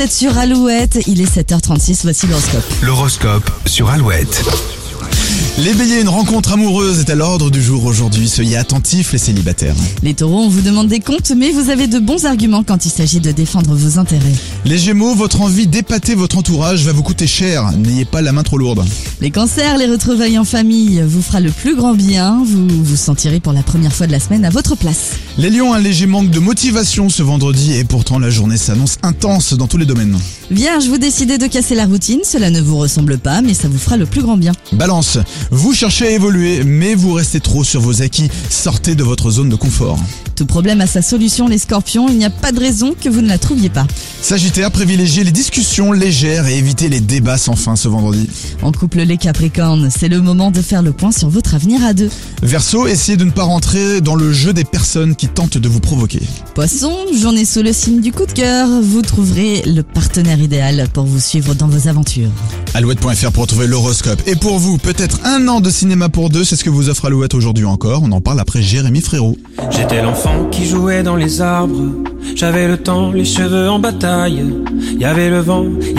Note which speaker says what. Speaker 1: Vous êtes sur Alouette, il est 7h36, voici l'horoscope.
Speaker 2: L'horoscope sur Alouette.
Speaker 3: Les béliers, une rencontre amoureuse est à l'ordre du jour aujourd'hui. Soyez attentifs les célibataires.
Speaker 1: Les taureaux, on vous demande des comptes, mais vous avez de bons arguments quand il s'agit de défendre vos intérêts.
Speaker 3: Les gémeaux, votre envie d'épater votre entourage va vous coûter cher. N'ayez pas la main trop lourde.
Speaker 1: Les cancers, les retrouvailles en famille vous fera le plus grand bien, vous vous sentirez pour la première fois de la semaine à votre place.
Speaker 3: Les lions, un léger manque de motivation ce vendredi et pourtant la journée s'annonce intense dans tous les domaines.
Speaker 1: Vierge, vous décidez de casser la routine, cela ne vous ressemble pas, mais ça vous fera le plus grand bien.
Speaker 3: Balance, vous cherchez à évoluer mais vous restez trop sur vos acquis. Sortez de votre zone de confort.
Speaker 1: Tout problème a sa solution, les scorpions, il n'y a pas de raison que vous ne la trouviez pas.
Speaker 3: Sagittaire, privilégiez les discussions légères et évitez les débats sans fin ce vendredi.
Speaker 1: En couple, les capricornes, c'est le moment de faire le point sur votre avenir à deux.
Speaker 3: Verseau, essayez de ne pas rentrer dans le jeu des personnes qui tentent de vous provoquer.
Speaker 1: Poisson, journée sous le signe du coup de cœur, vous trouverez le partenaire idéal pour vous suivre dans vos aventures.
Speaker 3: Alouette.fr pour trouver l'horoscope. Et pour vous, peut-être un an de cinéma pour deux, c'est ce que vous offre Alouette aujourd'hui encore. On en parle après Jérémy Frérot.
Speaker 4: J'étais l'enfant qui jouait dans les arbres. J'avais le temps, les cheveux en bataille. Y avait le vent. y